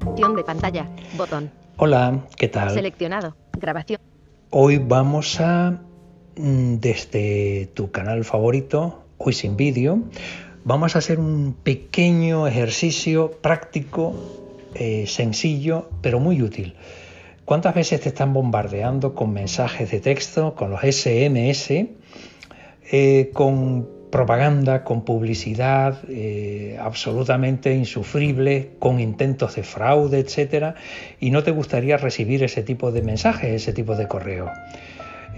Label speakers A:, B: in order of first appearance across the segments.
A: Selección de pantalla. Botón.
B: Hola, ¿qué tal?
A: Seleccionado. Grabación.
B: Hoy vamos a, mm, desde tu canal favorito, hoy sin vídeo, vamos a hacer un pequeño ejercicio práctico, eh, sencillo, pero muy útil. ¿Cuántas veces te están bombardeando con mensajes de texto, con los SMS, eh, con propaganda, con publicidad eh, absolutamente insufrible, con intentos de fraude, etcétera, y no te gustaría recibir ese tipo de mensajes, ese tipo de correo.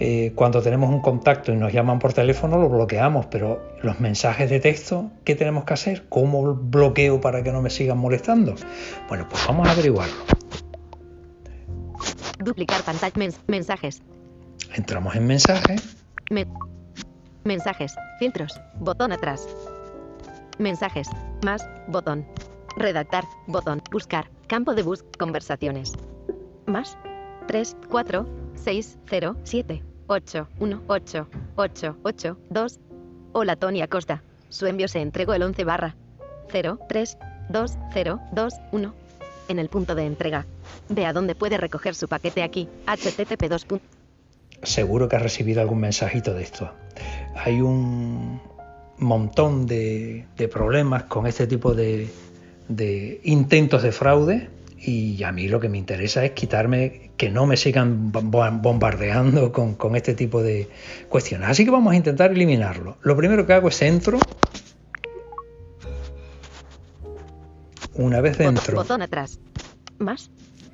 B: Eh, cuando tenemos un contacto y nos llaman por teléfono lo bloqueamos, pero los mensajes de texto, ¿qué tenemos que hacer? ¿Cómo bloqueo para que no me sigan molestando? Bueno, pues vamos a averiguarlo.
A: Duplicar pantalla. Mens- mensajes.
B: Entramos en mensajes,
A: Me- mensajes. Filtros. Botón atrás. Mensajes. Más. Botón. Redactar. Botón. Buscar. Campo de bus. Conversaciones. Más. 3, 4, 6, 0, 7, 8, 1, 8, 8, 8, 2. Hola Tony Acosta. Su envío se entregó el 11 barra 0, 3, 2, 0, 2, 1. En el punto de entrega. Ve a dónde puede recoger su paquete aquí. http 2.
B: seguro que has recibido algún mensajito de esto. Hay un montón de, de problemas con este tipo de, de intentos de fraude y a mí lo que me interesa es quitarme, que no me sigan bom- bombardeando con, con este tipo de cuestiones. Así que vamos a intentar eliminarlo. Lo primero que hago es entro. Una vez
A: Bot-
B: dentro,
A: Botón atrás. Más.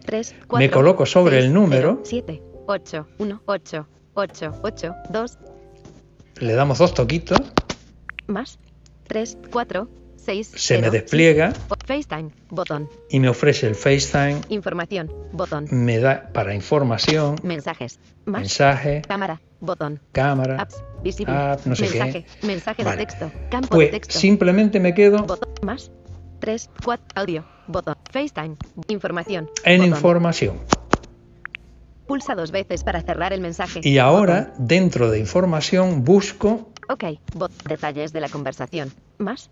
A: 3, 4.
B: me coloco sobre el número,
A: 7, 8, 1, 8, 8, 8, 2.
B: le damos dos toquitos,
A: Más. 3, 4, 6.
B: se me despliega
A: FaceTime. Botón.
B: y me ofrece el FaceTime
A: Información. Botón.
B: me da para información,
A: Mensajes. Más.
B: mensaje,
A: Cámara. Botón.
B: cámara.
A: Apps. Visible.
B: App, no sé qué.
A: mensaje. Mensaje
B: Vale.
A: de texto. Campo de
B: Pues
A: texto.
B: simplemente me quedo
A: Botón. Más. 3, 4. Audio. Botón. FaceTime. Información.
B: en
A: Botón.
B: información.
A: Pulsa dos veces para cerrar el mensaje.
B: Y ahora, dentro de información, busco
A: Ok, bot, detalles de la conversación. Más.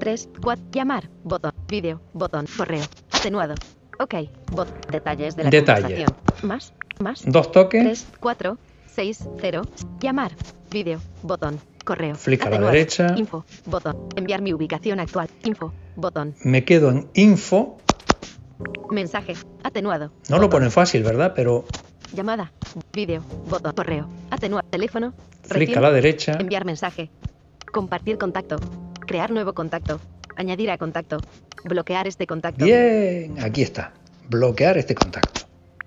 A: 3, 4, llamar, botón, vídeo, botón, correo, atenuado. Ok, bot, detalles de la
B: Detalle.
A: conversación. Más, más.
B: dos toques,
A: 3, 4, 6, 0, llamar, vídeo, botón, correo.
B: Flick a la
A: atenuado,
B: derecha.
A: Info, botón, enviar mi ubicación actual, info, botón,
B: me quedo en info.
A: mensaje, atenuado.
B: No lo ponen fácil, ¿verdad? Pero
A: Llamada, vídeo, botón, correo, atenuado, teléfono,
B: flick a
A: recién-
B: la derecha.
A: Enviar mensaje. Compartir contacto. Crear nuevo contacto. Añadir a contacto. Bloquear este contacto.
B: Bien, aquí está. Bloquear este contacto.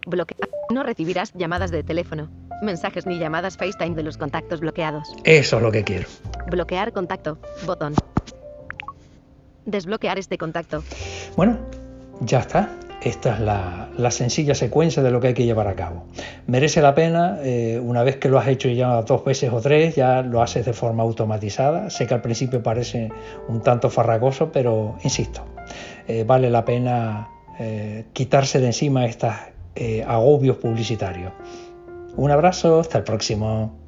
A: Bloquear. No recibirás llamadas de teléfono, mensajes ni llamadas FaceTime de los contactos bloqueados.
B: Eso es lo que quiero.
A: Bloquear contacto. Botón. Desbloquear este contacto.
B: Bueno, ya está. Esta es la, la sencilla secuencia de lo que hay que llevar a cabo. Merece la pena, eh, una vez que lo has hecho ya dos veces o tres, ya lo haces de forma automatizada. Sé que al principio parece un tanto farragoso, pero insisto, eh, vale la pena eh, quitarse eh, de encima estos agobios publicitarios. Un abrazo, hasta el próximo.